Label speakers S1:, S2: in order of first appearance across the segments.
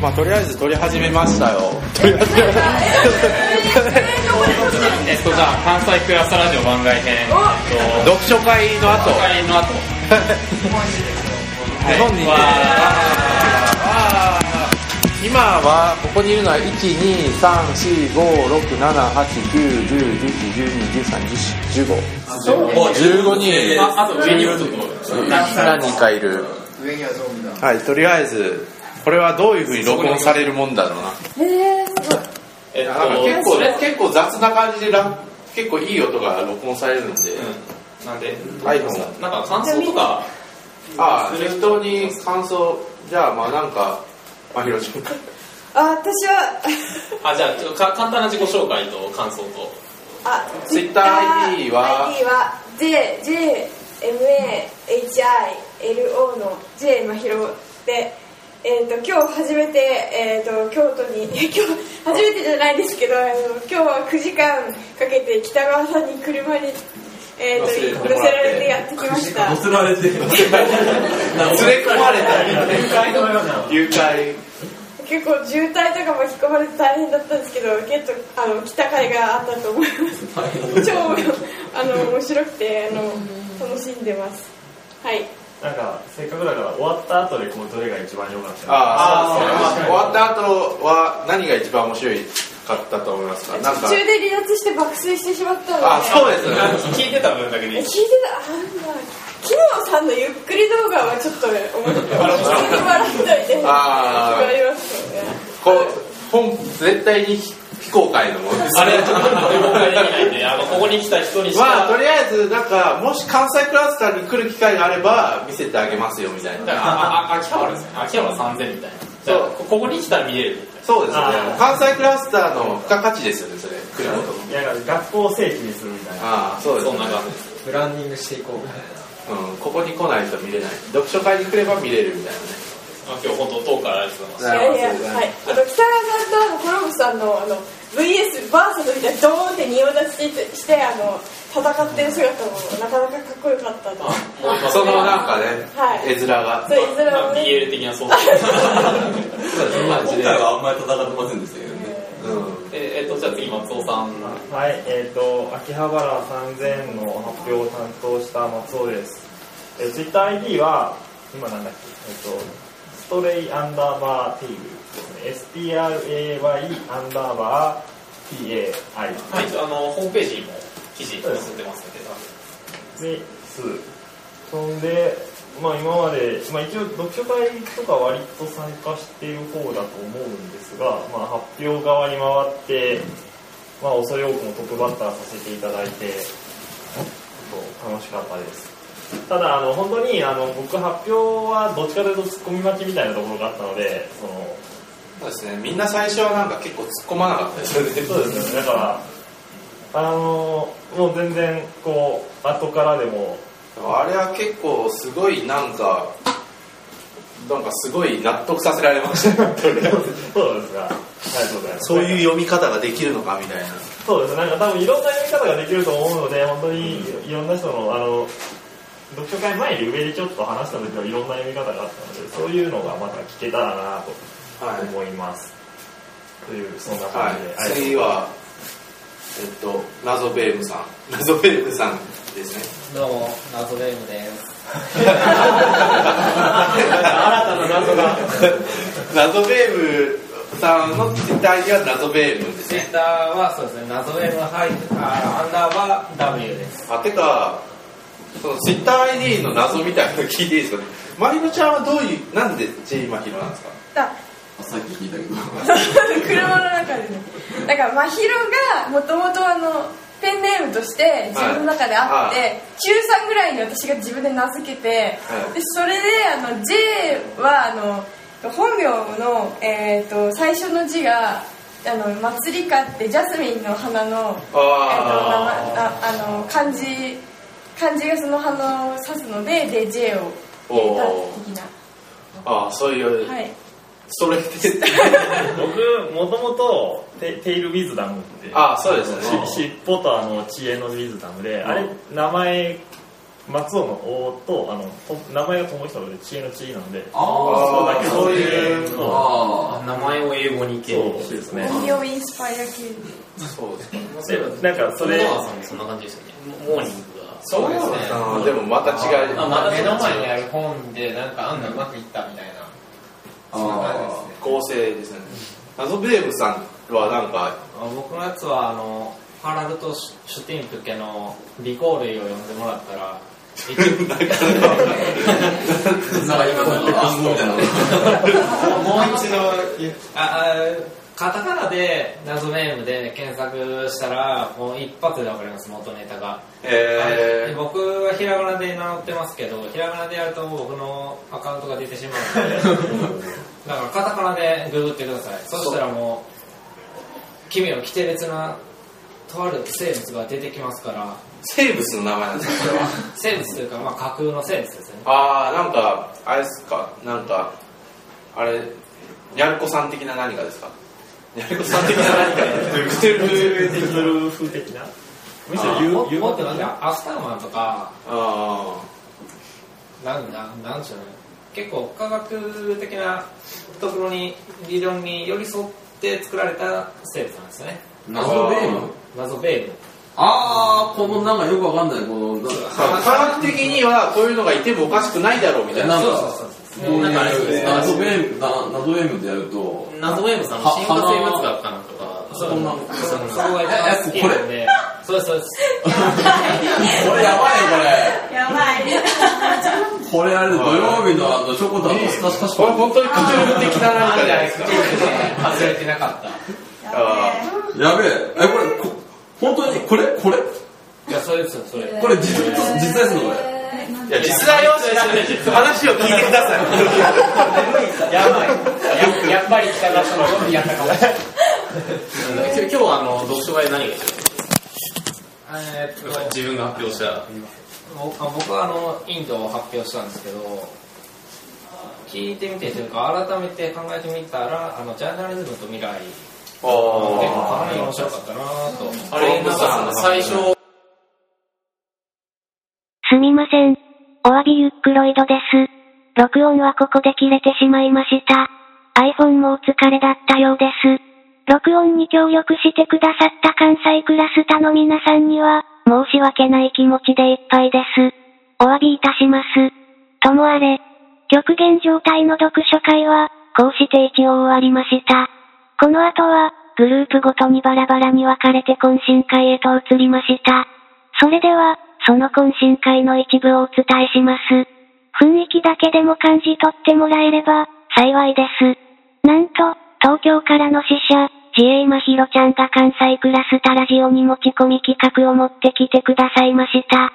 S1: まあとりあえず撮り始めました よとりあえず
S2: えっとじゃあ関西クラスラジオ番外編、えっと、
S1: 読書会の後
S2: 紹介の後
S1: 日本に行って
S2: わ
S1: 今はここにいるのは1 2 3 4 5 6 7 8 9 1 0 1 1 1 2 1 3 1 4 1 5 1 5人
S2: ああと上に行くと
S1: 何人かいる
S3: 上にはゾンビだ
S1: はいとりあえずこれはどういうふうに録音されるもんだろうな
S4: えー、すごい。
S2: えっと
S1: なんか結構ね結構雑な感じでラ結構いい音が録音されるんで、
S2: うんなんで
S1: iPhone
S2: なんか感想とか
S1: ああ適当に感想じゃあまあなんかまひろちゃんか
S4: あ、私は、
S2: あじゃあちょっとか簡単な自己紹介と感想と
S4: あ、
S1: TwitterID は
S4: ID は J、J、M、A、H、I、L、O の J まひろで、えっ、と、今日初めて、えっ、と、京都に、 え今日、初めてじゃないですけど、あの今日は9時間かけて北川さんに車に、えっ、と、
S1: 乗せ
S4: 乗
S1: て
S4: せ
S1: もらって
S4: られてやってきました。
S5: 乗せられてる
S1: 連れ込まれたりね誘拐
S4: 結構渋滞とか巻き込まれて大変だったんですけど結構あの来た甲斐があったと思います超あの面白くてあの楽しんでますはい
S5: なんかせっかくだから終わった後でこうどれが一番良かったか
S1: ああ終わった後は何が一番面白いかったと思いますかなんか
S4: 途中で離脱して爆睡してしまったので
S1: あそうですね
S2: 聞いてた分だけ
S4: え聞
S2: で
S4: いてたあまあ昨日さんのゆっくり動画はちょっと面白い普通に笑っといて
S1: あー
S4: わりますよね
S1: こう本絶対に非公開のものです
S2: あれちょっと公開できないんであのここに来た人にし
S1: まあと
S2: か
S1: りあえずなんかもし関西クラスターに来る機会があれば見せてあげますよみたい
S2: だから
S1: な
S2: ああ秋葉原ですね秋葉原3000みたいなじゃあこここに来たら見れる
S1: そうですね
S5: あー
S1: 関西クラスターの付加価値ですよねそれ来ること
S5: いやなんか学校を聖地にするみたいな
S1: ああそうです
S2: そ
S1: ね
S2: んな感じです
S3: ブランディングしていこうみたいな
S1: うん、ここに来ないと見れない読書会に来れば見れるみたい
S2: あ今日本当遠くからありがとうござい
S1: なね
S4: いやいや、はい、あと北川さんとあのコロムさんのあの VS バーサスみたいなドーンって仁王立ちしてしてあの戦ってる姿もなかなかかっこよかったと。
S2: ますあもう一発
S1: そのなんかね、
S4: はい
S1: 絵面が
S4: そういずれ
S2: ま
S4: も
S2: あ
S4: ね。
S2: BL 的な想像
S1: そんな感じで、
S6: はあんまり戦ってませんでしたけどね。
S1: うん、
S2: ええっとじゃあ次松尾さん
S5: はいえっ、と秋葉原3000の発表を担当した松尾ですえ TwitterID は今なんだっけえっ、とストレイアンダーバーテイルですね STRAY アンダーバー TAI
S2: はいあのホームページにも記事載せてますので
S5: で、そんで、まあ、今まで、まあ、一応読書会とか割と参加している方だと思うんですが、まあ、発表側に回って、まあ、恐れ多くもトップバッターさせていただいて、ちょっと楽しかったです。ただあの本当にあの僕発表はどっちかというとツッコミ待ちみたいなところがあったのでその
S1: そうですねみんな最初はなんか結構突っ込まなかったですよね
S5: そうですね、だから、あのもう全然こう後からでも
S1: あれは結構すごいなんかなんかすごい納得させられましたねとりあえず
S5: そうですがありがとうございます
S1: そういう読み方ができるのかみたいな
S5: そうですね、なんか多分いろんな読み方ができると思うので、本当にいろんな人の、あの、読書会前に上でちょっと話した時のいろんな読み方があったので、そういうのがまた聞けたらなと
S1: はい
S5: 思います。という、そんな
S1: は
S5: 感じで。
S1: い、次は、えっと、謎ベームさん。謎ベームさんですね。
S3: どうも謎ゲームです
S2: 新たな謎が
S1: 謎ベームさんのツイッターには謎ベームです
S6: ツイ
S1: ね。
S6: ッターはそうですね、謎ゲームハイあアンダーバー W です。
S1: あ、てか、そのツイッター ID の謎みたいなの聞いていいですかね。まりのちゃんはどういう、なんで J マヒロなんですか
S4: あ
S6: さっき聞いたけど。
S4: 車の中でね。だからまひろがもともとあのペンネームとして自分の中であって、
S1: はい
S4: 中3ぐらいに私が自分で名付けて、
S1: はい
S4: でそれであの J はあの本名の、えー、と最初の字が「あの祭りか」ってジャスミンの花の
S1: あ
S4: えっとなああの漢字漢字がその花を指すのでで J を入れた的な
S1: ああ、そういう、
S4: はい
S1: ストレートで。
S5: 僕、もともとテテイルウィズダムって、
S1: ああ、そうですね。
S5: し尻尾とあの知恵のウィズダムで、あれ、名前、松尾の王と、あの、と名前が友久で知恵の知恵なので、
S1: あ
S6: あ
S5: そうだけ
S1: あ、
S5: ど
S1: そういう。
S6: あ、名
S2: 系
S5: そうですね
S4: 企業インスパイア系
S1: そうですね。
S2: そういえば
S5: なんかそ
S2: 野
S5: れ
S2: 川さんもそんな感じでしたよねモーニングが
S6: そうですね
S1: あーでもまた違い。
S2: あまだ
S6: 目の前にある本でなんかあんなうまくいったみたいな
S1: あー構成ですね。謎ベーブさんはなん か、
S6: あ僕のやつはあのハラルト・シュティンプ家のリコー類を読んでもらった ら一部
S2: なんか今の番号みたいな
S6: もう一度言うああカタカナで謎ネームで検索したらもう一発でわかります元ネタが、
S1: え
S6: 僕はひらがなで名乗ってますけどひらがなでやると僕のアカウントが出てしまうのでだからカタカナでググってくださいそしたらもう奇妙奇て烈なとある生物が出てきますから
S1: 生物の名前なんですか、これは。
S6: 生物というか、まあ、架空の生物ですよね
S1: ああ、なんか、あれですか、なんか、あれ、ニャルコさん的な何かですかニャルコさん的な何かグテル
S5: テ
S1: フ。
S5: トル風的なむし
S1: あ
S5: ろ
S1: ー
S5: ゆ
S6: も
S5: ゆ
S6: もっとなんかアフターマンとか
S1: あ
S6: なんだなんじゃない結構科学的なところに理論に寄り添って作られた生物なんですね
S7: 謎ベーム
S6: 謎ベーム
S7: あー、このなんかよくわかんない、この、なん
S1: あ。
S7: か、
S1: 科学的にはこういうのがいてもおかしくないだろうみたいな。
S7: なんか、
S6: う
S7: こう
S2: なんかあれです
S7: い
S2: ね
S7: う、謎ベーム、な謎ベームでやると、
S2: 謎ウェーブさんの進化生物学かなんかが
S7: こんな、こ
S6: そのそこが一番好きなんでそうですそうです
S7: れやばいよ、これ。
S4: やばい
S7: これあれ、土曜日のあの、チョコタンのスタスタシ
S1: これ
S7: コ。
S1: 本当にグテルフ的な
S6: あ
S1: 何か
S6: ん
S1: じ
S6: じ
S1: ゃな
S6: ゃないい
S1: ですか。
S6: 外れてなかっ
S1: あ
S7: やべえ。え、これ、こ本当に、これ、これ、
S6: たいやそうですよそれ
S7: これ実物、実在するの、これ。
S1: いや、実在は知らないです話を聞いてください。
S6: やばいややっぱり北川さんのことやったかもしれない
S2: 今日はあの読書会何が一
S6: えーっと
S2: 番自分が発表した
S6: 僕あ僕はあのインドを発表したんですけど聞いてみてというか改めて考えてみたらあのジャーナリズムと未来結構かなり面白かったなぁと
S1: あれ、皆さん、最初、
S8: すみません。お詫びゆっくろいどです。録音はここで切れてしまいました。iPhone もお疲れだったようです。録音に協力してくださった関西クラスタの皆さんには、申し訳ない気持ちでいっぱいです。お詫びいたします。ともあれ、極限状態の読書会は、こうして一応終わりました。この後は、グループごとにバラバラに分かれて懇親会へと移りました。それでは、その懇親会の一部をお伝えします。雰囲気だけでも感じ取ってもらえれば、幸いです。なんと、東京からの死者、自衛まひろちゃんが関西クラスタラジオに持ち込み企画を持ってきてくださいました。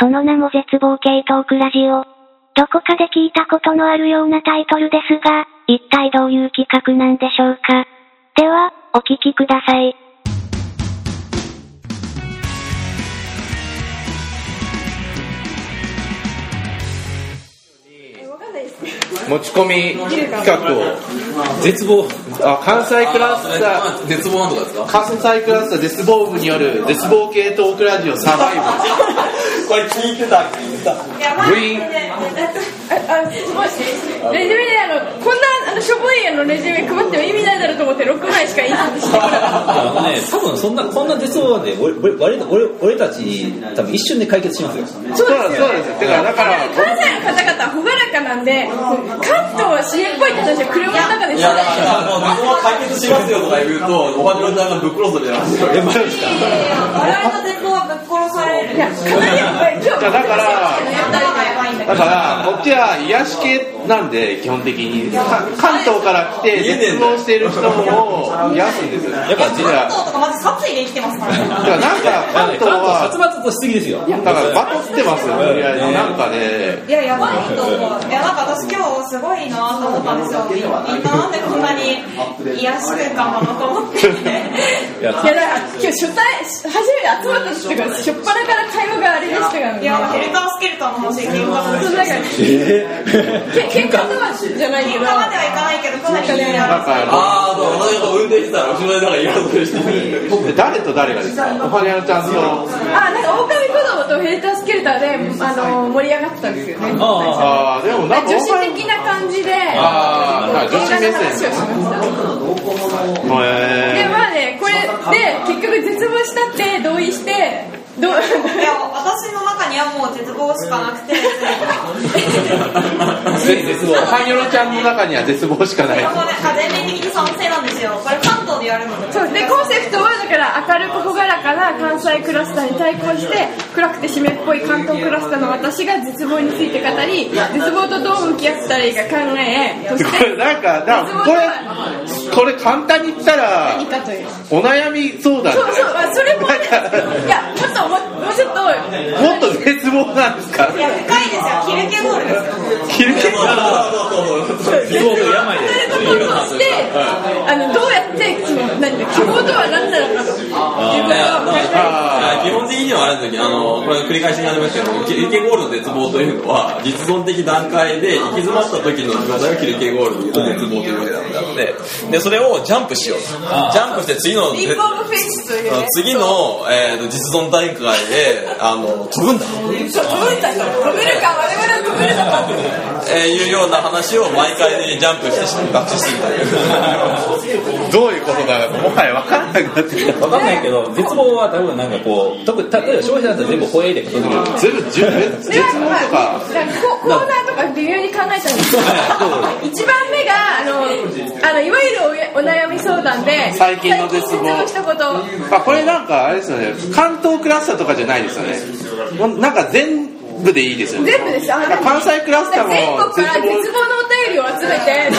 S8: その名も絶望系トークラジオ。どこかで聞いたことのあるようなタイトルですが、一体どういう企画なんでしょうか。では、お聞きください。
S4: わかんないですね
S1: 持ち込み企画を、絶望、あ関西クラスター、
S7: あ絶望なんとかですか
S1: 関西クラスター絶望部による絶望系トークラジオサバイ
S4: やばいねああすごいレジュメであのこんなあのしょぼいあのレジュメ配っても意味ないだろうと思って6枚しかインストして
S9: あのね、多分そんな、こんな絶望はね、俺、俺、俺、俺たち、多分一瞬で解決しますよ。
S1: ブ。 そうなんです、そうなんです。だから、だから、
S4: 関西の方々は朗らかなんで関東は CM っぽいって話は車の中で
S7: い
S4: し
S7: や、
S4: た
S7: だから、もう、謎は解決しますよとか言うと、おばじろちゃんがぶっ殺すみたいな話を。
S4: 我々の鉄道はぶっ殺されるいやかなりやっぱり今日
S1: だから
S4: ら
S1: だから、こっちは癒し系なんで、基本的に。か関東から来て、絶望してる人を癒すんですよ。やっぱ、だから、
S10: とかまず殺意で生きてますからね。
S1: だからなんか、関東
S9: 殺
S1: は、
S9: 伐としすぎですよ。
S1: だから、バトってますよ、とりあえず。なんかね、
S10: いや、やばいと思う。いや、なんか私今日すごいなと思ったんですよ。みんななんでこんなに癒し空間なのと思って。
S9: い
S4: いや
S9: や、
S4: だから今日初対初めて集まった時から初っ端から会話があれでしたから
S10: い
S4: ね
S10: や、ヘルタースケルトンの話、喧嘩
S4: そう
S10: 喧嘩
S4: なんかけ喧嘩とはじゃないけど
S10: まではいかないけど、かなりいい
S1: なん
S10: な。
S1: か、
S7: あー、そう、同じこと運転してたら、後ろでなんか言われてる人いる。
S1: 僕、誰と誰がですかおはにゃのちゃんと、
S4: あなんか狼子供ととヘータースケルターであの盛り上がってたんですよね
S1: ああでもなんか
S4: 女子的な感じで
S1: あーなんか女子目線
S4: 映画の話をしましたで
S1: へ
S4: まあねこれで結局絶望したって同意してど
S10: い
S4: う
S10: や私の中にはもう絶望しかなくて
S1: 絶望ハイヨロちゃんの中には絶望しか ない
S10: そこで全面的に賛成なんですよこれ関東でやるので
S4: そうでコンセプトはだから明るく朗らかな関西クラスターに対抗して暗くて湿っぽい関東クラスターの私が絶望について語り絶望とどう向き合ったらいいか考えそし
S1: これ
S4: て
S1: なんかだからこれこれ簡単に言ったら
S4: 何かという
S1: お悩み相談
S4: そうそう、まあ、それもねいやもっとももうちょっと
S1: もっと絶望なんですか
S10: いや深いですよキルケボールですよ
S1: 切るけど
S9: 希望と病で
S4: そういうことをしてあのどうやってその何だ希望とは何なのかということを考えて
S7: あ基本的にはあれですね、あの、これ繰り返しになりますけど、キルケゴールの絶望というのは、実存的段階で行き詰まった時の状態がキルケゴールの絶望というわけなので、で、それをジャンプしよう。ジャンプして次の、
S4: リンボーブフェイスというね
S7: 次の、えーと実存段階で、あの、飛ぶんだ。
S4: そう飛ぶんだと飛べるか我々は飛べるのかっていう
S7: えーいうような話を毎回ね、ジャンプして爆笑していただいう。
S1: どういうことだかもはや分からなくなってきた
S9: わかんないけど、絶望は多分なんかこう、特に例えば消費者だったら全部ホエーで片付け
S1: 全
S9: る。
S1: 部じゅ絶
S4: で
S1: 望と
S4: まあ
S1: か
S4: なんかココーナーとか微妙に考えたんですけど1番目があのあのいわゆるおお悩み相談で
S1: 最近の絶望
S4: 最近したこと
S1: あこれなんかあれですよね関東クラスターとかじゃないですよねもうなんか全部でいいですよね
S4: 全部ですあ
S1: なんか関西クラスターも
S4: 全国から絶望のお便りを集めて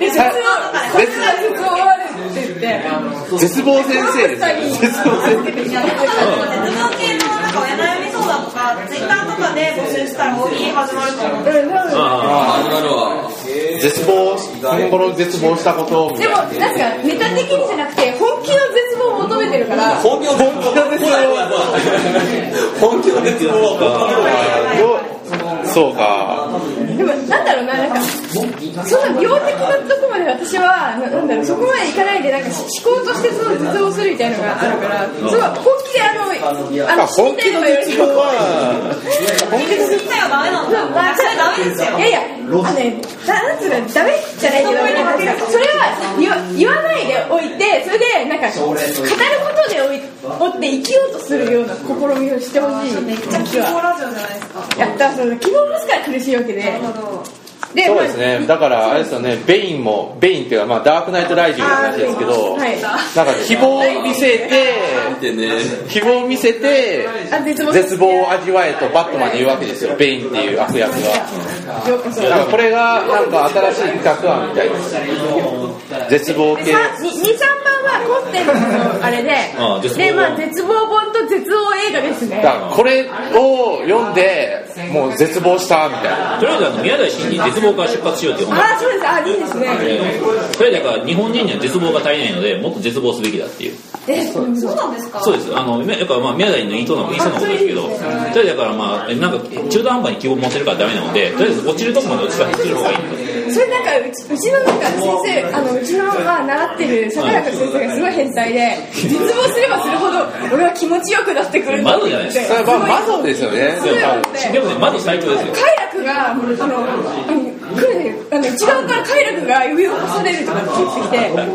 S4: で絶望こんな絶望あるって言って
S1: 絶望先生ですよね絶望先
S10: い
S1: 生
S10: やでも絶望系のなんかお悩み相談とかツイッターとかで募集したら大喜利始まると思う
S4: うん多分
S7: 始まるわ。
S1: 絶望今頃絶望したことみたい
S4: でも
S1: な
S4: なんかネタ的にじゃなくて本気の絶望を求めてるから
S7: 本気の絶望本気の絶望は
S1: どうそうか
S4: でもなんだろうななんかその病的なとこまで私はななんだろうそこまでいかないでなんか思考としてその絶望するみたいなのがあるからその本気であのあの死にたいのよりも
S10: 本気で好きだよダメなんだよそれダメですよ
S4: いやいやあのねななんつうのダメじゃないけどなんかそれは言わ言わないでおいてそれでなんか語ることでおいおって生きようとするような試みをしてほしい私は
S10: ラジオじゃないですか
S4: やったその希望ですから苦しいわけで
S10: なるほど
S4: で
S1: そうですねだからあれですよねベインもベインっていうかまあダークナイトライジングの話ですけど
S4: あーベイン
S1: なんか希望を見せて
S7: 見てね。
S1: 希望を見せて
S4: あ絶望
S1: 絶望を味わえとバットマンで言うわけですよベインっていう悪役が。
S4: ようこそ
S1: なんかこれがなんか新しい企画案みたいです絶望系
S4: 23番はコンテンツのあれで
S9: あ絶望
S4: で、まあ、絶望本と絶望映画ですね
S1: だからこれを読んでもう絶望したみたいな
S9: とりあえずあの宮台真司絶望から出発しようっていう本
S4: ああそうですあいいですね
S9: それだから日本人には絶望が足りないのでもっと絶望すべきだっていう
S4: えそう
S10: そうなんですか
S9: そうですあのやっぱまあ宮台のいいとのいいそうなことですけどそれだからまあなんか中途半端に希望持ってるからダメなのでとりあえず落ちるとこまで落ちたりする方がいい
S4: それなんかうちうちのなんか先生あのうちのまあ習ってる桜中先生がすごい変態で絶望すればするほど俺は気持ちよくなってくるんだって言って
S9: マジじゃ
S1: それはまあマゾですよね
S4: すごい思って
S9: でもねまず最強ですよ
S4: 快楽があのあの来るねあの内側から快楽が呼び起こされるとかって言っ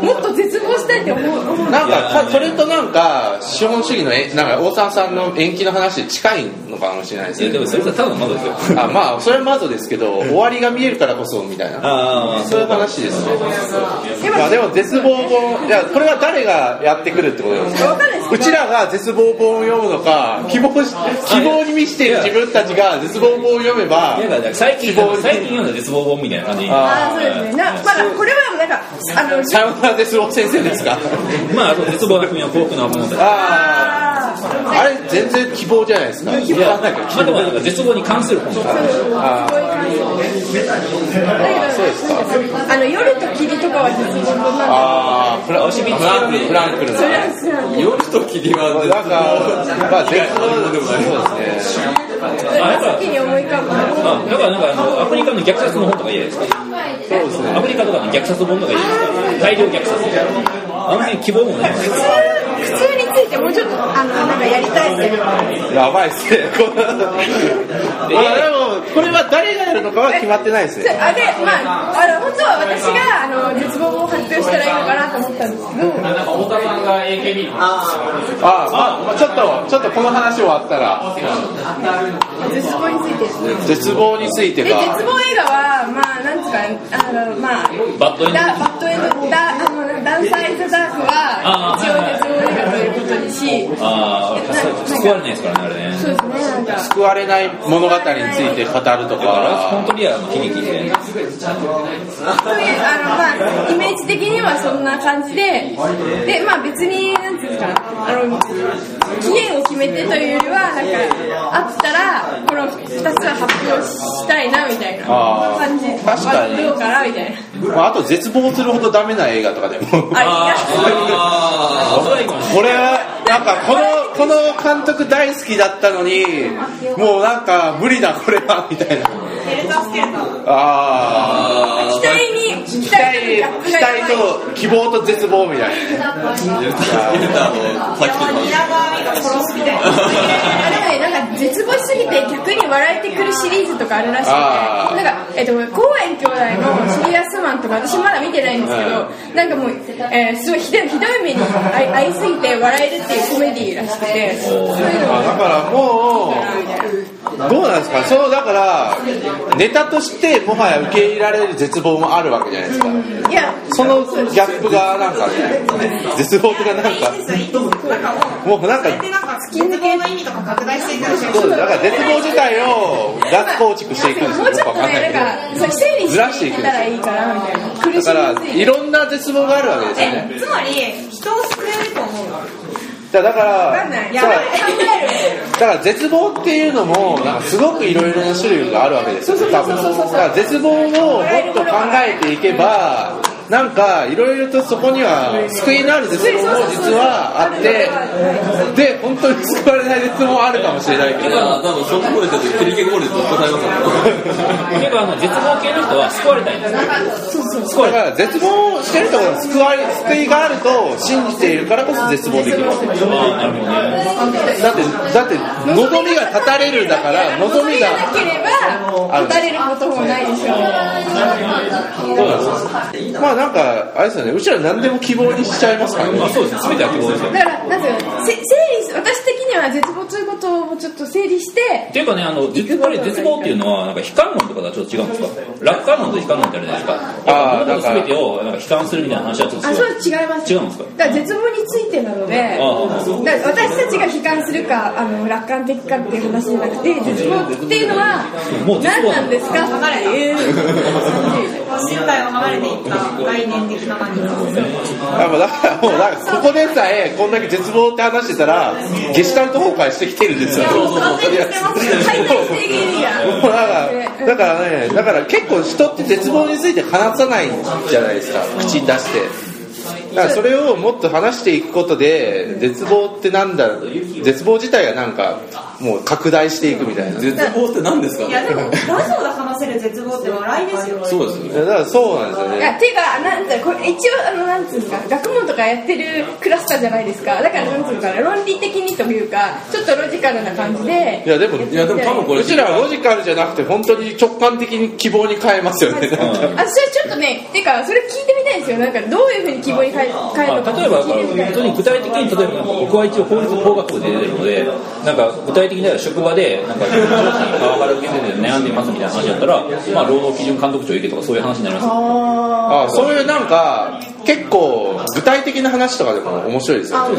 S4: てきてもっと絶望したいって思う思う
S1: なんかかそれとなんか資本主義のえなんか大沢さんの延期の話近いのかもしれないです
S9: いやでも
S1: ね
S9: それはただの窓ですよ
S1: あまあそれはマゾですけど終わりが見えるからこそみたいな
S9: ああ
S1: そういう話ですね
S4: でも
S1: まあでも絶望本いやこれは誰がやってくるってことなんです
S4: わ
S1: か
S4: かんないです
S1: うちらが絶望本を読むのか希望し希望に満ちている自分たちが絶望本を読めば
S9: だから最近最近読んだ絶望本みたいな感じに
S4: ああそうですねなまだこれはなんかあの
S1: さようなら絶望先生ですか
S9: まああと絶望の国は幸福なものだ
S1: あああれ全然希望じゃないですか
S9: いやまあでもなんか絶望に関する本
S1: そうですか
S4: あの夜と霧とかは絶望本なんで
S1: ああフランクルフランクル
S4: それはそうなんで
S7: 夜と霧は
S1: なん
S7: 絶
S1: かまあ絶
S7: 望
S1: 望ですね
S4: 先に思い浮かぶ
S9: あだからなんかあのアフリカの虐殺の本とか嫌ですか
S1: そうですね
S9: アフリカとかの虐殺本とか嫌ですか大量虐殺あの辺希望もない
S4: 苦痛についてやもうちょっとあのなんかやりたいですよ
S1: やばいっす ね。こんなまあでも、これは誰がやるのかは決まってないですね。
S4: あでまああの本当は私があの絶望を発表したらいいのかなと思ったんですけど
S2: なんか太田さんが AKB の話
S1: あまあ、まあ、ちょっと、ちょっとこの話終わったら、
S4: 絶望について
S1: 絶望について
S4: え絶
S1: が、
S4: 望映画はまあなんつうかあのまあ
S9: バッドエンド
S4: ダバッドエンドダあのダンサイズダークは
S9: あー
S4: 一応絶望映画ということにし
S9: ああ救われないですからねあれね
S4: そうですねなんか
S1: 救われない物語について語ると
S9: だからフォン
S1: か、
S9: トリアの悲劇で
S4: そういうあのまあイメージ的にはそんな感じででまあ別になんていうんですかあの期限を決めてというよりはなんかあったらこの2つは発表したいなみたいな
S1: あー
S4: 感じ
S1: 確かに
S4: どうかなみたいな
S1: まあ、あと絶望するほどダメな映画とかでも、こ
S4: あ
S7: あー
S1: れは、なんかこの、この監督大好きだったのに、もうなんか無理だ、これは、みたいな。
S10: ヘルタースケーター
S1: ああ。
S4: いや期待に期
S1: 期待
S4: 待とのギャッ
S1: 期待
S4: プがやばい
S1: と希望と絶望みたいなね
S7: あのさっきと
S10: ニラが見た殺すみたいな
S4: あでもねなんか絶望しすぎて逆に笑えてくるシリーズとかあるらしい
S1: あー
S4: んでなんか、えっと、公園兄弟のシリアスマンとか私まだ見てないんですけど、なんかもう、えーすごいひどいひどい目に遭い遭いすぎて笑えるっていうコメディらしくてそういうの
S1: だ
S4: が
S1: からも
S4: あるみたいな
S1: うどうなんですかそうだからネタとしてもはや受け入れられる絶望もあるわけじゃないですか
S4: いや
S1: そのギャップがなんかね絶望とかなんか
S10: いいですよいいですよなんかもう
S1: もうなんか
S10: でなんか月付けの意味とか拡大していったりします
S1: そうだから絶望自体を脱構築していくんです
S4: も
S1: よよ
S4: う
S1: く
S4: ちょっ
S1: わ
S4: と
S1: かんない
S4: ね
S1: けど
S4: なんかそう整理していけたらいいかなみたいな苦しみにつ
S1: だから
S4: い
S1: い
S4: て
S1: ろんな絶望があるわけですよね
S10: えつまり人を救えると思うの
S1: だから
S4: わかんない
S10: やばい
S1: そう
S10: 考える
S1: だから絶望っていうのもなんかすごくいろいろな種類があるわけですよ多分だから絶望をもっと考えていけばなんかいろいろとそこには救いのある絶望も実はあってで本当に救われない絶望もあるかもしれないけ
S7: だ
S1: ど
S7: から多分そのところでちょっとキリケゴールでずっとされますもんね
S9: 結構あの絶望系の人は救われたいんですよ
S1: だから絶望してるところに救われ救いがあると信じているからこそ絶望できるわけだって
S9: ああなるほどね
S1: だって望みが絶たれるだから望みが
S4: なければ語れることもないでしょう
S1: そうなんですよまあなんかあれですよねうちら何でも希望にしちゃいますからね
S9: まあそうですね全ては希望ですよ
S4: だから、なんていうの、せ整理し、私的には絶望ということをもうちょっと整理して
S9: っ。ていうかねあの絶望絶望っていうのはなんか悲観論とかとはちょっと違うんですか楽観論と悲観論ってあるじゃないですか
S1: あー
S9: 物事全てをなんか悲観するみたいな話はちょっと
S4: あ、それは違います。
S9: 違うんですか
S4: だから、絶望についてなので。
S9: あー
S4: だから私たちが悲観するか、あの、楽観的かっていう話じゃなくて、絶望っていうのは
S9: も。う絶
S4: 何
S9: 望
S4: なんですかって いう。
S10: 身体を離れていった概念的な何か
S1: あもうだからもうなんかここでさえこんだけ絶望って話してたらゲシュタルト崩壊してきてるんですよ
S4: もう完全にしてますよ。解体していけるや
S1: もうなんかだからねだから結構人って絶望について話さないじゃないですか口に出してだからそれをもっと話していくことで絶望ってなんだ絶望自体がなんかもう拡大していくみたいな
S7: 絶望って何ですか
S10: いや
S7: ね
S10: でもラジオで話せる絶望って笑いですよ
S7: そうですよね
S1: だからそうなんですよ
S4: い
S1: ね
S4: やていうかなんてこれ一応あのなんつうんですか学問とかやってるクラスターじゃないですかだからなんつうのかな論理的にというかちょっとロジカルな感じで
S1: いやでも
S7: いやでも多分これ
S1: うちらはロジカルじゃなくて本当に直感的に希望に変えますよねなんか
S4: あそれちょっとねていうかそれ聞いてみたいんですよなんかどういうふうに希望に変え変えるのか
S9: 例えば
S4: 聞いてみた
S9: 本
S4: い
S9: 当に具体的に例えばなんか僕は一応法律法学部で出てるのでなんか具体的に職場でなんか上司にパワハラ受けてて悩んでますみたいな話だったら、まあ、労働基準監督庁行けとかそういう話になりますよ
S1: あそういうなんか結構具体的な話とかでも面白いですよね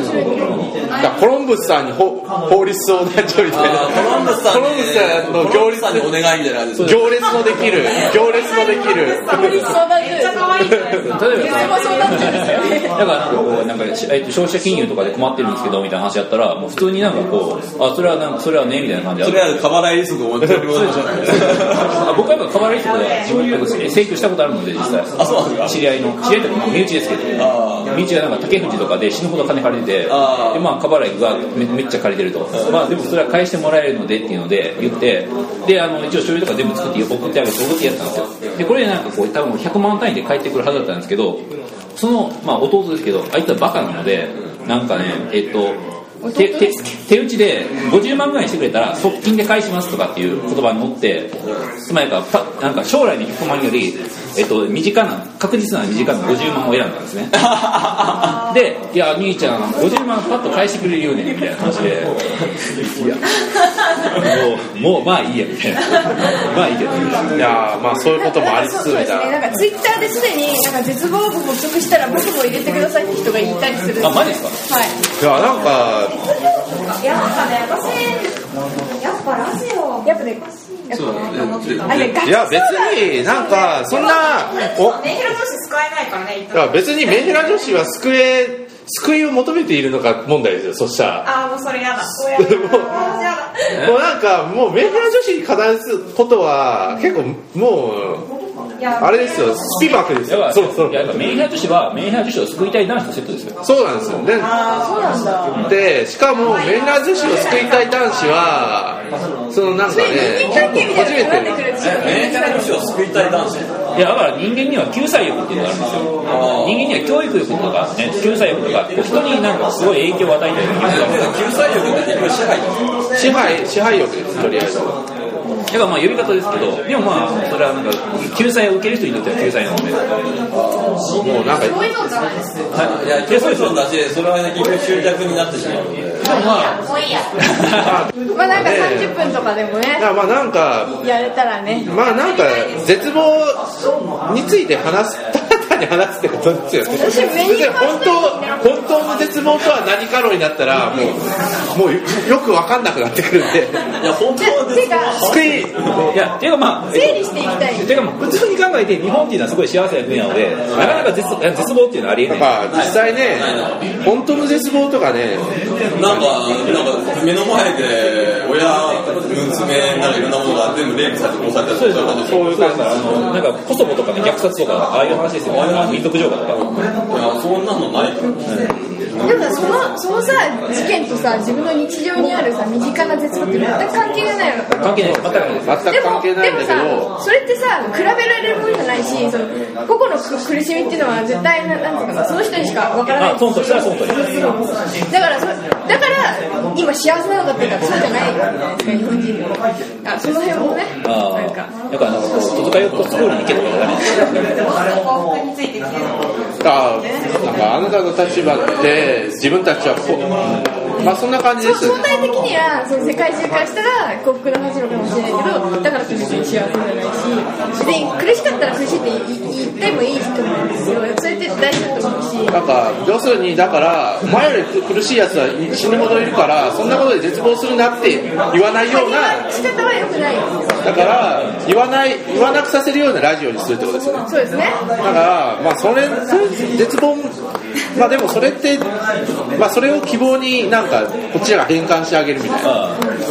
S1: だからコロンブスさんに法法律相談所みたい
S7: あーコロンブス
S1: な
S7: さ
S1: コ
S7: んに
S1: ロンブスさんの行列
S7: さんにお願いみたいな感じです
S1: 行列のできる行列のできる
S4: 法律相談所
S10: めっちゃ可愛いじゃないですか
S9: 例えば
S4: 絶望相談所ですよね
S9: だからなんかこうなんかしえっと消費者金融とかで困ってるんですけどみたいな話だったらもう普通になんかこうあそれはなんかそれはねみたいな感じで
S7: それは過払い利息を持ってるような
S9: あ僕はやっぱ変わり人で自分で請求したことあるので実際
S7: あそうなんですか
S9: 知り合いの知り合いというか身内ですけど
S7: あ
S9: 身内がなんか竹藤とかで死ぬほど金借りててで
S7: あー
S9: まあ過払いがめめっちゃ借りてるとまあでもそれは返してもらえるのでっていうので言ってであの一応書類とか全部作って送ってあげて送ってやったんですよでこれでなんかこう多分100万単位で返ってくるはずだったんですけどそのまあ弟ですけどあいつはバカなのでなんかねえっと手手手打ちで50万ぐらいにしてくれたら側近で返しますとかっていう言葉に乗ってつまりなんかパなんか将来の100万より、えっと、身近な確実な身近な50万を選んだんです ねで「いや兄ちゃん50万パッと返してくれるよね」みたいな話で「いやもうもうまあいいや」みたいな「まあいいけど」
S1: いやーまあそういうこともありつつみ
S4: そう
S1: た
S4: で
S1: い
S4: すね
S1: な
S4: なんかツイッターですでになんか絶望を捕捉したらボソボソ入れてくださいって人がいたりするんです
S9: あマジですか
S4: はい
S1: いやなんか
S10: いやなんかね私やっぱラジオ
S4: やっぱね
S10: やっぱなんか思ってた
S4: あねガチ
S1: いや別になんかそんなお
S10: ネイル同士使えないからね
S1: いや別にメンヘラ女子は救え救いを求めているのか問題ですよそしたら
S10: ああもうそれやだそれや
S1: だ
S10: だ
S1: もうなんかもうメンヘラ女子に語らすことは結構もうあれですよスピバックです
S9: やっ
S1: よ
S9: ぱ
S1: そうそう
S9: やっぱメンヘラ女子はメンヘラ女子を救いたい男子とセットですよ
S1: そうなんですよねでしかもメンヘラ女子を救いたい男子はそのなんかね
S4: 人間関係みたいなのが
S1: 初め
S4: 絡んでくるん
S1: て
S4: ですよ
S7: メンヘラ女子を救いたい男子
S9: いやだから人間には救済欲っていうのがあるんですよ人間には教育欲とか、ね、救済欲とかこう人になんかすごい影響を与えたりとか
S7: 救済力って結局支配です
S1: 支
S7: よ
S1: 配支配欲ですとりあえず
S9: だからまあ呼び方ですけどでもまあそれはなんか救済を受ける人にとっては救済なので
S1: もうなんか
S7: いや結局そうだしそれは結局執着になってしまうので
S10: もういいや
S4: まあなんか30分とかでもね
S1: だからまあなんか
S4: やれたらね
S1: まあなんか絶望について話すただ単に話すってことですよね
S4: 私メインパーソ
S1: 本当本当の絶望とは何かのになったらもうもうよく分かんなくなってくるんで
S7: いや本当は
S4: てか
S1: 救い
S9: いやっていうかまあ
S4: 整理していきたい
S9: ていうかまあ普通に考えて日本人はすごい幸せな国なのでなかなか絶絶望っていうのはありえな
S1: や
S9: い
S1: っぱ実際ね本当の絶望とかね
S7: なんか、なんか目の前で親、娘、なんかいろんなものが全部レイプされて殺されたりとか、そういう感じ
S9: あのなんかコソボとかの虐殺とかああいう話ですよね民族浄化とか
S7: そんなのないから、
S4: でもさそのそのさ事件とさ自分の日常にあるさ身近な絶望って全く関係がないの
S9: 関係ない全くないです
S1: 全く
S4: でも
S1: 関係ないんだけ
S4: でも
S1: ど
S4: さそれってさ比べられるものじゃないしその個々の苦苦しみっていうのは絶対ななんていうかさその人にしかわからない
S9: あ損としたら損とです
S4: そうだからそだから今幸せなのかっていうとそうじゃないわけじゃないですか日本人はあその辺もね
S9: あ
S4: なんか
S9: あ、だからなんかこう、戸塚ヨットスクールに行けとかじゃない
S10: 幸福についてきてる
S1: あなんかあなたの立場って自分たちはこうまあそんな感じ
S4: そ
S1: で
S4: う
S1: すよ
S4: 相
S1: ね
S4: 対的にはその世界中からしたら幸福の話のかもしれないけどだからって別に幸せじゃないし別に苦しかったら苦しいって言言ってもいい人なんですよそれって大事だと思うし
S1: なんか要するにだからお前より苦しいやつは死ぬほどいるからそんなことで絶望するなって言わないような
S4: 仕方は良くないです
S1: だから言わない言わなくさせるようなラジオにするってことですよね
S4: そうですね
S1: だからまあそれそれ絶望まあでもそれってまあそれを希望になんかこっちらが変換してあげるみたいな
S4: というで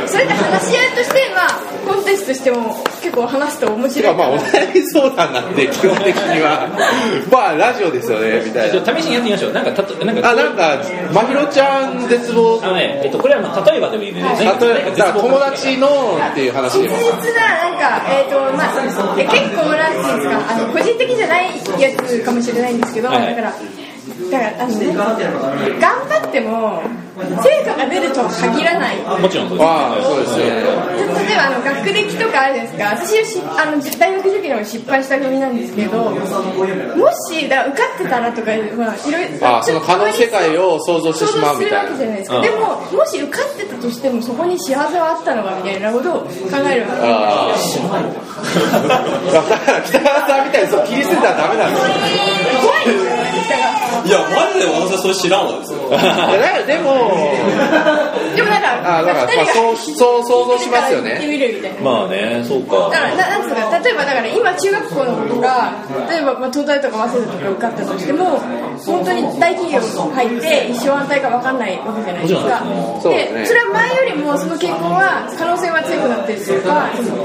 S4: もそれって話し合いとしてまあコンテストとしても結構話すと面
S1: てか
S4: 白い
S1: まあお
S4: から
S1: 悩み相談なんて基本的にはまあラジオですよねみたい
S9: ちょ
S1: な
S9: っと試しにやってみましょう。なんか、たと、なんか、
S1: あなんかまひろちゃん絶望
S9: あのね、えっと、これはまあ、例えばでもいいんで、ね、
S1: 例えばだから友達のっていう話で
S4: 実ななんか、えーとまあ、え結構なんていうんですかあの個人的じゃないやつかもしれないんですけど、
S9: はいはい
S4: だからだからあの、ね、頑張っても成果が出るとは限らない
S9: もちろんそうです。
S1: ああそうですよね
S4: 例えばあの学歴とかあるじゃないですか私しあの大学受験を失敗した組なんですけどもしだから受かってたらとかほらいろいろ
S1: ああその可能世界を想像して
S4: 想
S1: しまう
S4: 像す
S1: み
S4: る
S1: た
S4: わ
S1: い
S4: け
S1: な
S4: じゃないですかでももし受かってたとしてもそこに幸せはあったのかみたいなことを考えるわけ
S1: ああだから 北川さんみたいにそう切り捨てたらダメなんですよ
S4: 怖いですよねだから
S7: いや、マジで私はそれ知らんわですよ、
S1: いやだからでも
S4: でもなんか、
S1: あだからまあそうそう想像しますよ
S4: 行っ
S1: ね
S4: てみるみたいな。
S9: まあね、そうか
S4: だ。からななんつうか例えばだから今中学校の子が例えばまあ東大とか早稲田とか受かったとしても本当に大企業に入って一生安泰か分かんないわけじゃないですか
S1: そうですね
S4: それは前よりもその傾向は可能性は強くなってるというかその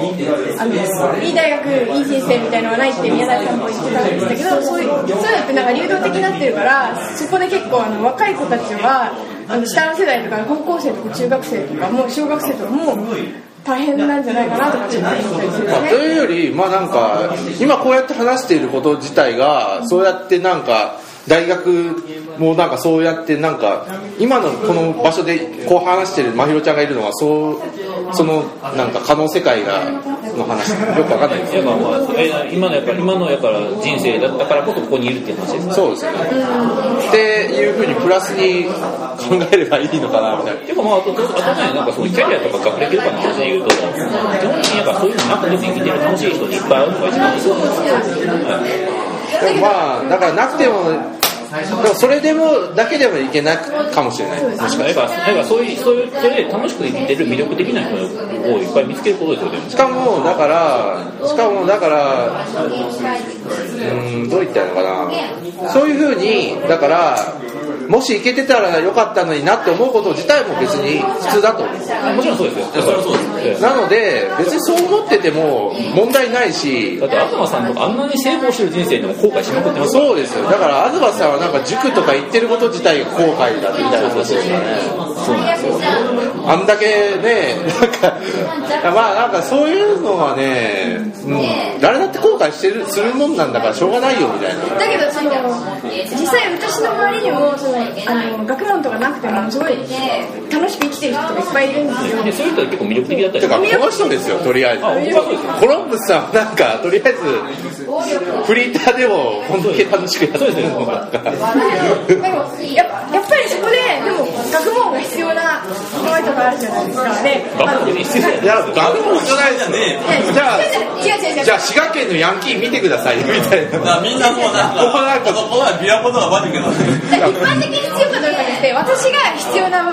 S4: あのいい大学いい人生みたいのはないって宮台さんも言ってたんでしたけどそういうそういうのってなんか流動的になってるからそこで結構あの若い子たちはあの下の世代とか高校生とか中学生とかもう小学生とかも大変なんじゃないかなとかちょっと思ったりするよ
S1: まあ、
S4: ね
S1: というより、まあなんか、今こうやって話していること自体が、そうやってなんか、大学もなんかそうやってなんか今のこの場所でこう話してるまひろちゃんがいるのはそうそのなんか可能世界がの話よくわかんないです
S9: やっぱまあえ今のやっぱ今のやから人生だったからこそここにいるっていう話ですね
S1: そうですよねっていうふうにプラスに考えればいいのかなみたいな
S9: ていうかまああとあとねなんかそのキャリアとか学歴とかの話で言うと基本的にやっぱそういうのなくて生きてる楽しい人にいっぱい会うのが一番いいと思うんですよはい
S1: でもまあだからなくてもでもそれでもだけでもいけないかもしれないもしかし
S9: 確
S1: た
S9: からにやっぱやっぱそういうそういうそれで楽しく生きてる魅力的な人をいっぱい見つけることですよね
S1: しかもだからしかもだからうんどう言ったらいいのかなそういうふうにだからもし行けてたらよかったのになって思うこと自体も別に普通だと思う
S9: もちろんそうですよそれはそうです
S1: なので別にそう思ってても問題ないし
S9: だって東さんとかあんなに成功してる人生でも後悔しまくってますから
S1: そうですよだから東さんはなんか塾とか行ってること自体が後悔だみたいな話ですよねあんだけねなんかまあなんかそういうのはね、うん、誰だって後悔してるするもんなんだからしょうがないよみたいな
S4: だけどその実際私の周りにもそのあの学問とかなくてもすごい楽しく生きてる人がいっぱいいるんですよ
S9: でそういう人は結構魅力的だったり
S1: て
S9: と
S1: か
S9: か
S1: この人ですよとりあえずコロンブスさんはなんかとりあえずフリーターでもこんだけ楽しくやってるのが
S4: でもやっぱやっぱりそこででも学問が必要な場合とかあるじゃないですかで、あの
S9: 学校に必要
S1: いや学問じゃない
S7: じゃね
S1: じゃあ
S4: 違う違う違う
S1: じゃあ滋賀県のヤンキー見てくださいよみたいな
S7: えだからみんなもうなんか
S1: ここなんか
S7: この子は琵琶湖とかバカけど
S4: 一般的に必要かどうかじゃなくて私が必要な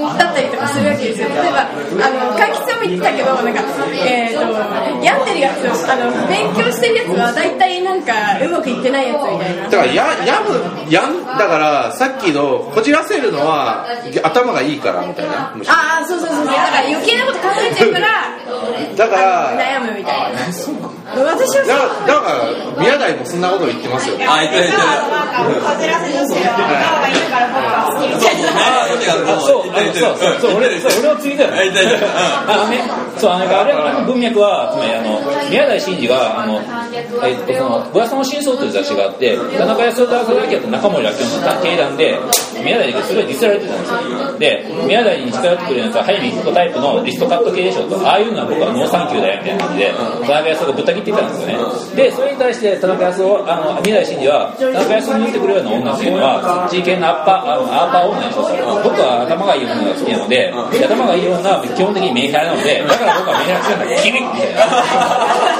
S4: だったりとかするわけですよ例えばあの柑橘も言ってたけどなんか、えー、と病んでるやつあの勉強してるやつは大体なんかうまくいってないやつみたいな
S1: だからややむやんだからさっきのこじらせるのは頭がいいからみたいなむし
S4: ああそうそうそうそうだから余計なこと考えちゃうから
S1: ろだから
S4: 悩むみたいな私は
S1: だだから宮台もそんなこと言ってますよね
S7: あいたいたいた
S10: こじらせ女子の顔がいいから僕は好きみたいな。
S7: あそう
S9: あそう、あのそう、そう、そう、俺、そう、俺は次だよ。
S7: 大体
S9: あのね、そう、あの、あれ、あの文脈は、つまり、あの、宮台真司が、あの、えっと、その、小屋さんの真相という雑誌があって、田中康夫と赤崎と中森明夫の経団で、宮台がすごいディスられてたんですよ。で、宮台に近寄ってくるやつは、早見一個タイプのリストカット系でしょと、ああいうのは僕はノーサンキューだよ、みたいな感じで、田中康夫がぶった切ってきたんですよね。で、それに対して、田中康夫、あの、宮台真司は、田中康夫に言ってくるような女っていうのは、地位系のアッパー、あの、アーパー女にしますから僕は頭がいい女が好きなので、頭がいい女は基本的にメンヘラなので、だから僕はメンヘラ好きなんだ、君みたいな。
S1: い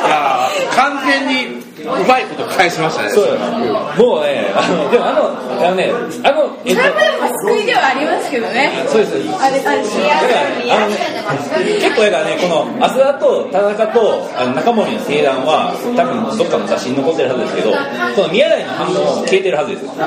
S1: やー完全にうまいこと返しましたね
S9: そうよ。もうね、あの、でもあの、あのね、あの、え
S4: そ
S9: っと
S4: れもでも救いではありますけどね
S9: そうです。
S4: あれあれ幸せ
S9: だからあのね結構だからねこの浅田と田中とあの中森の定談は多分どっかの雑誌に残ってるはずですけどこの宮台の反応も消えてるはずですよ、うん、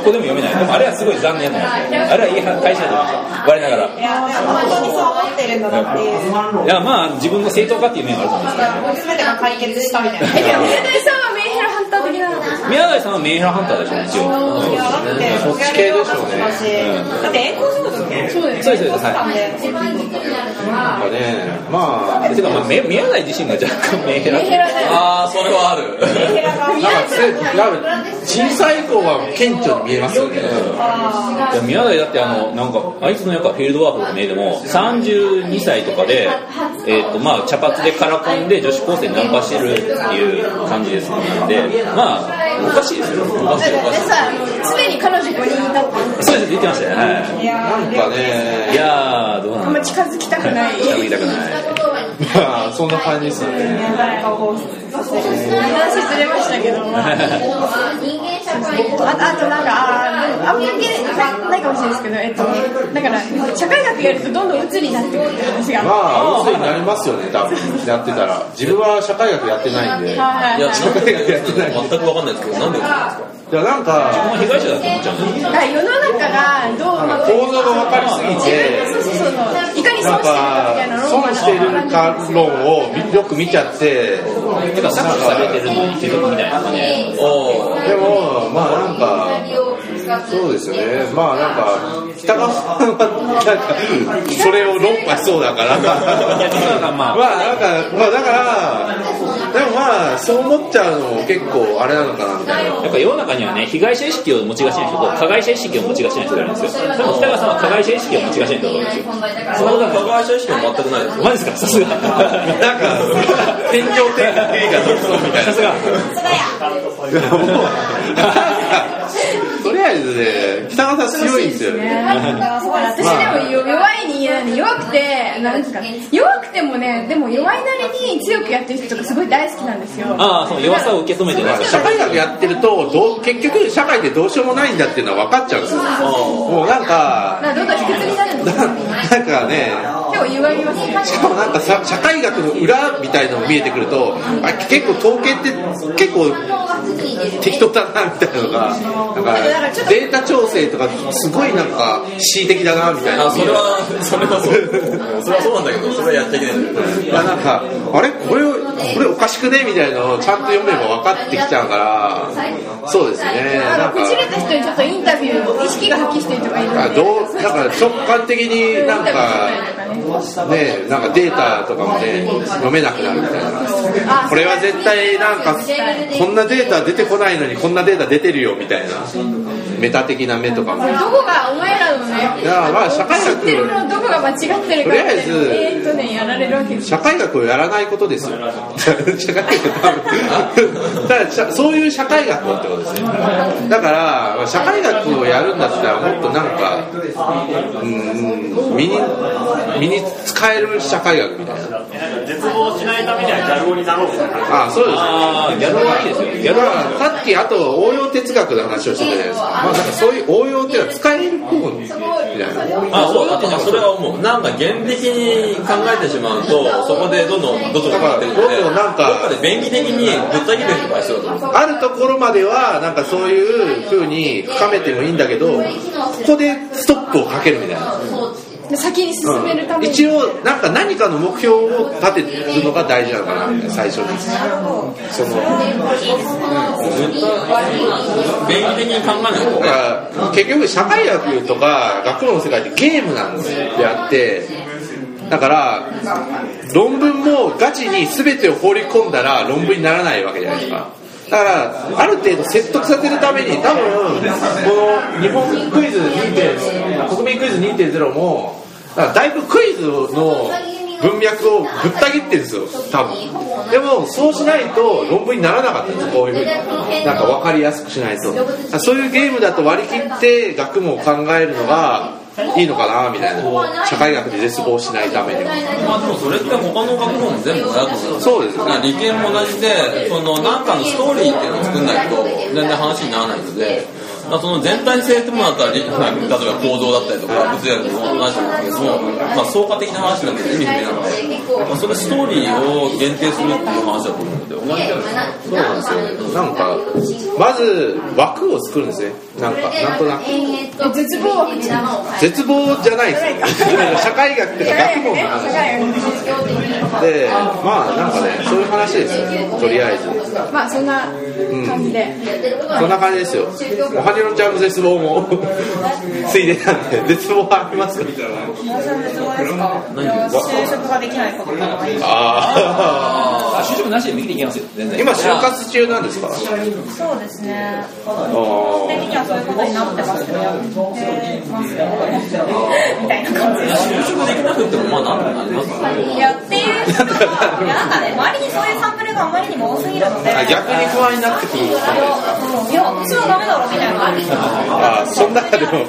S9: 多分どこでも読めないでもあれはすごい残念な話あれはいい会社だと思います我ながら
S10: いや、でも本当にそう思ってるんだなっていう。
S9: いやまあ自分の正当化っていう面があると思うんで
S10: 全
S9: す
S10: てが解決したみたいな。い
S4: えでも宮台さんはメンヘラハンター的なの
S9: けど宮台さんはメンヘラハンターでしょ一応
S10: や、だって、そっち系でしょうね。だって、栄光少女って
S4: そうです
S9: そうですそうですは
S1: なんかねまあ
S9: いてかまあめ宮台自身が若干メンヘラ
S4: メンヘラだよ
S7: ああそれはある
S10: メンヘラが。
S1: なんかつなんか小さい子は顕著に見えますよね
S9: いや宮台だってあのなんかあいつのやっぱフィールドワークとかねでも32歳とかで、えーとまあ、茶髪でカラコンで女子高生にナンパしてるっていう感じですねなんでまあおかしいですよおかしいおか
S4: で
S9: しい
S4: さ常に彼女がいいなって
S9: そうです言ってましたよね、
S10: い
S9: は
S1: なんかね
S9: い、いやーどうな
S4: あん
S9: ん
S4: ま
S9: だろ
S4: 近づきたくないう
S9: 近づきたくない
S1: まあそんな感じですよね
S10: 誰かを。
S4: 話ずれましたけど、まあ、ああとなんかああんまりないかもしれないですけど、えっと、だから社会学やるとどんどん鬱になってくるって話が
S1: ま
S4: あ
S1: あ嘘になりますよね多分やってたら自分は社会学やってないんで
S4: って
S1: いや
S4: はい
S7: いや
S4: はい
S7: なんでやってない全く分かんないですけどなんで
S1: なんか
S9: 被害者だと思っちゃうんですよ
S4: だから世の中がどううまく
S1: 構造が分かりすぎて
S4: そうそうそういかに損
S1: な
S4: し
S1: ん
S4: てるか
S1: か
S4: みたいな
S1: 損して
S4: の
S1: るか論をよく見ちゃって
S9: てか搾取されてるのに手得みたいなね
S7: おー
S1: でもまあなんかそうですよねまあなんか北川さんはなんかそれを論破しそうだから
S9: いやだからまあ
S1: まあなんかまあだからでもまあそう思っちゃうのも結構あれなのかなみたいな
S9: やっぱ世の中にはね、被害者意識を持ちがちな人と、加害者意識を持ちがちな人がいるんですよ。多分北川さんは加害者意識を持ちがちな人だと思うんですよ。そんなことない
S7: 加害者意識は全くないですよ
S9: マジですかさすが。
S7: なんか天井天下が独尊みたい
S9: さ
S7: な
S9: すが。
S1: もう とりあえずね北川さん強いんですよね
S4: 私でも弱いに嫌なんで弱くてなんですか弱くてもねでも弱いなりに強くやってる人とかすごい大好きなんですよ
S9: ああ、その弱さを受け止めてね。
S1: 社会学やってるとどう結局社会ってどうしようもないんだっていうのは分かっちゃうんですよもうなんか
S4: だからどんどん卑屈になるんですよ
S1: なんかね
S4: 今日歪みます
S1: しかもなんかさ社会学の裏みたいのも見えてくるとあ結構統計って結構適当だなみたいなのがなんかデータ調整とかすごいなんか恣意的だなみたいな
S7: あそれはそれはそうそれはそうなんだけどそれはやっちゃいけないんだよ
S1: いやなんかあれこれこれおかしくねみたいなのをちゃんと読めば分かってきちゃうからそうですねなんか
S4: こじれた人にちょっとインタビュー意識が発揮してる人がいるんで
S1: あどうだから直感的になんかねなんかデータとかもね読めなくなるみたいなこれは絶対なんかこんなデータ出てこないのにこんなデータ出てるよみたいなメタ的な目とかもい
S4: どこがお前らのね
S1: やまあ社会
S4: 知ってる
S1: 学
S4: のどこが間違ってるかってえーっとねやられるわけです
S1: 社会学をやらないことですよ 社会学だから社そういう社会学をってことですよだから社会学をやるんだったらもっとなんかうん身に身に使える社会学みたいな
S5: 絶望しないためにはギャル語になろうみたいな
S1: ああそうですね
S9: ああ、ギャルはいいですよ。ギャ
S1: だ
S9: ル
S1: か
S9: は
S1: らさっきあと応用哲学の話をしてたじゃないですか,、まあ、なんかそういう応用っていうのは使える方みたいな
S7: あそうだとそれは思うなんか原理的に考えてしまうとそこでどんどんどつぼかってるの
S1: だからどん
S7: で
S1: どんなんか
S7: どっかで便宜的にぶった切る人が必要だと思う
S1: あるところまではなんかそういう風に深めてもいいんだけどここでストップをかけるみたいな
S4: 先に進めるために
S1: 一応なんか何かの目標を立てるのが大事なのかなみたいな最初にその
S7: 便宜的に考えないと
S1: だから結局社会学とか学問の世界ってゲームなんですよであってだから論文もガチに全てを放り込んだら論文にならないわけじゃないですかだからある程度説得させるために多分この日本クイズ2.0国民クイズ2.0もだからだいぶクイズの文脈をぶった切ってるんですよ多分でもそうしないと論文にならなかったんですこういうふうになんか分かりやすくしないとそういうゲームだと割り切って学問を考えるのがいいのかなみたいな社会学で絶望しないためにも
S7: まあでもそれって他の学問も全部だと思う
S1: そうですよね
S7: 理系も同じでその何かのストーリーっていうのを作んないと全然話にならないのでまあその全体性ってものだったらり例えば構造だったりとか物理学の話なんですけども、まあ、総合的な話だけど意味不明なので、まあ、それストーリーを限定するっていう話だと思うので同じじゃないですか
S1: そうなんですよねなんかまず枠を作るんですねなんかなんとなく
S4: 絶望枠じゃ
S1: 絶望じゃないですよね社会学っていうか学問の話でまあなんかねそういう話ですよとりあえず
S4: まあそんな感じで、
S1: そんな感じですよおはにのちゃんの絶望もついでなんで絶望はありますみたいな
S10: 就職ができないことなのに
S1: あ
S9: あ、就職なしで見切りいけますよ。全
S1: あ
S9: 然。
S1: 今就活中なんですか
S10: そうですね
S1: あ
S10: 的
S1: ー
S10: にはそういうことになってますけどやってますけどねみたいな感じです
S7: 就職できなくてもまあなんとかなりますからね
S10: いやっていう人がいやなんかね周りにそういうサンプルがあまりにも多すぎるので
S1: あ逆に不安になってくる
S10: いや私はダメだろうみたいな感じ
S1: ああそん中でも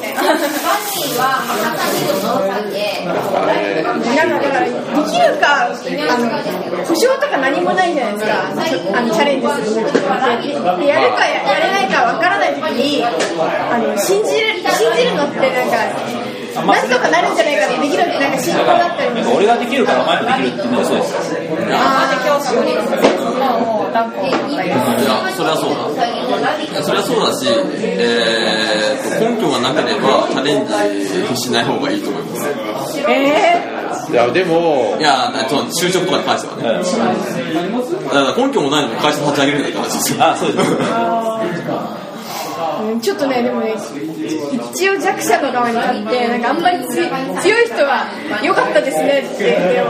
S1: あれ
S4: なんかだからできるかあの保証とか何もないじゃないですかあのチャレンジする時でやるかややれないかわからない時にあの信じる信じるのってなんかなんとかなるんじゃないかってできるのってなんか信仰だったりも
S9: なんか俺ができるからお前もできるっていうのはそうですよ。
S10: あーで教師にもう抱っこ
S7: いやそれはそうだそれはそうだし、えーと、根拠がなければチャレンジしない方がいいと思います
S10: え
S1: いやでも
S7: いやその就職とかに関してはね、だから根拠もないのに会社立ち上げるんだって話ですよ
S9: あ、そうです。
S4: うんちちょっとねでもね一応弱者の側に立ってなんかあんまりつ強い人は良かったですねって言ってよ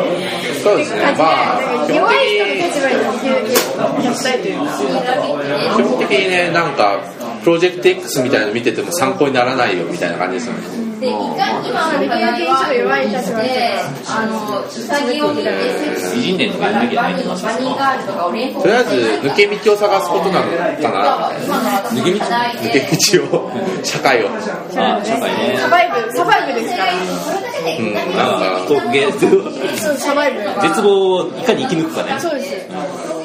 S1: そうですね
S4: 感じで
S1: まあ
S4: なんか弱い人の立場にできるだけ立ちたいというか
S1: 基本的にねなんかプロジェクト X みたいなの見てても参考にならないよみたいな感じですよね
S11: で、一回今は
S4: できるだけちょっと弱い立場に
S11: で、あの、潔みで、
S9: 偉人伝とかやんなきゃいけないと思い
S11: バニーガールとかを連行
S1: とりあえず抜け道を探すことなのかな
S11: 抜け道
S1: 抜け道を 社会を
S9: あ社会ね
S4: サバイブサバイブですから
S1: うんなんか
S9: トークゲーム
S4: そうサバイブ
S9: 絶望をいかに生き抜くかね
S4: そうです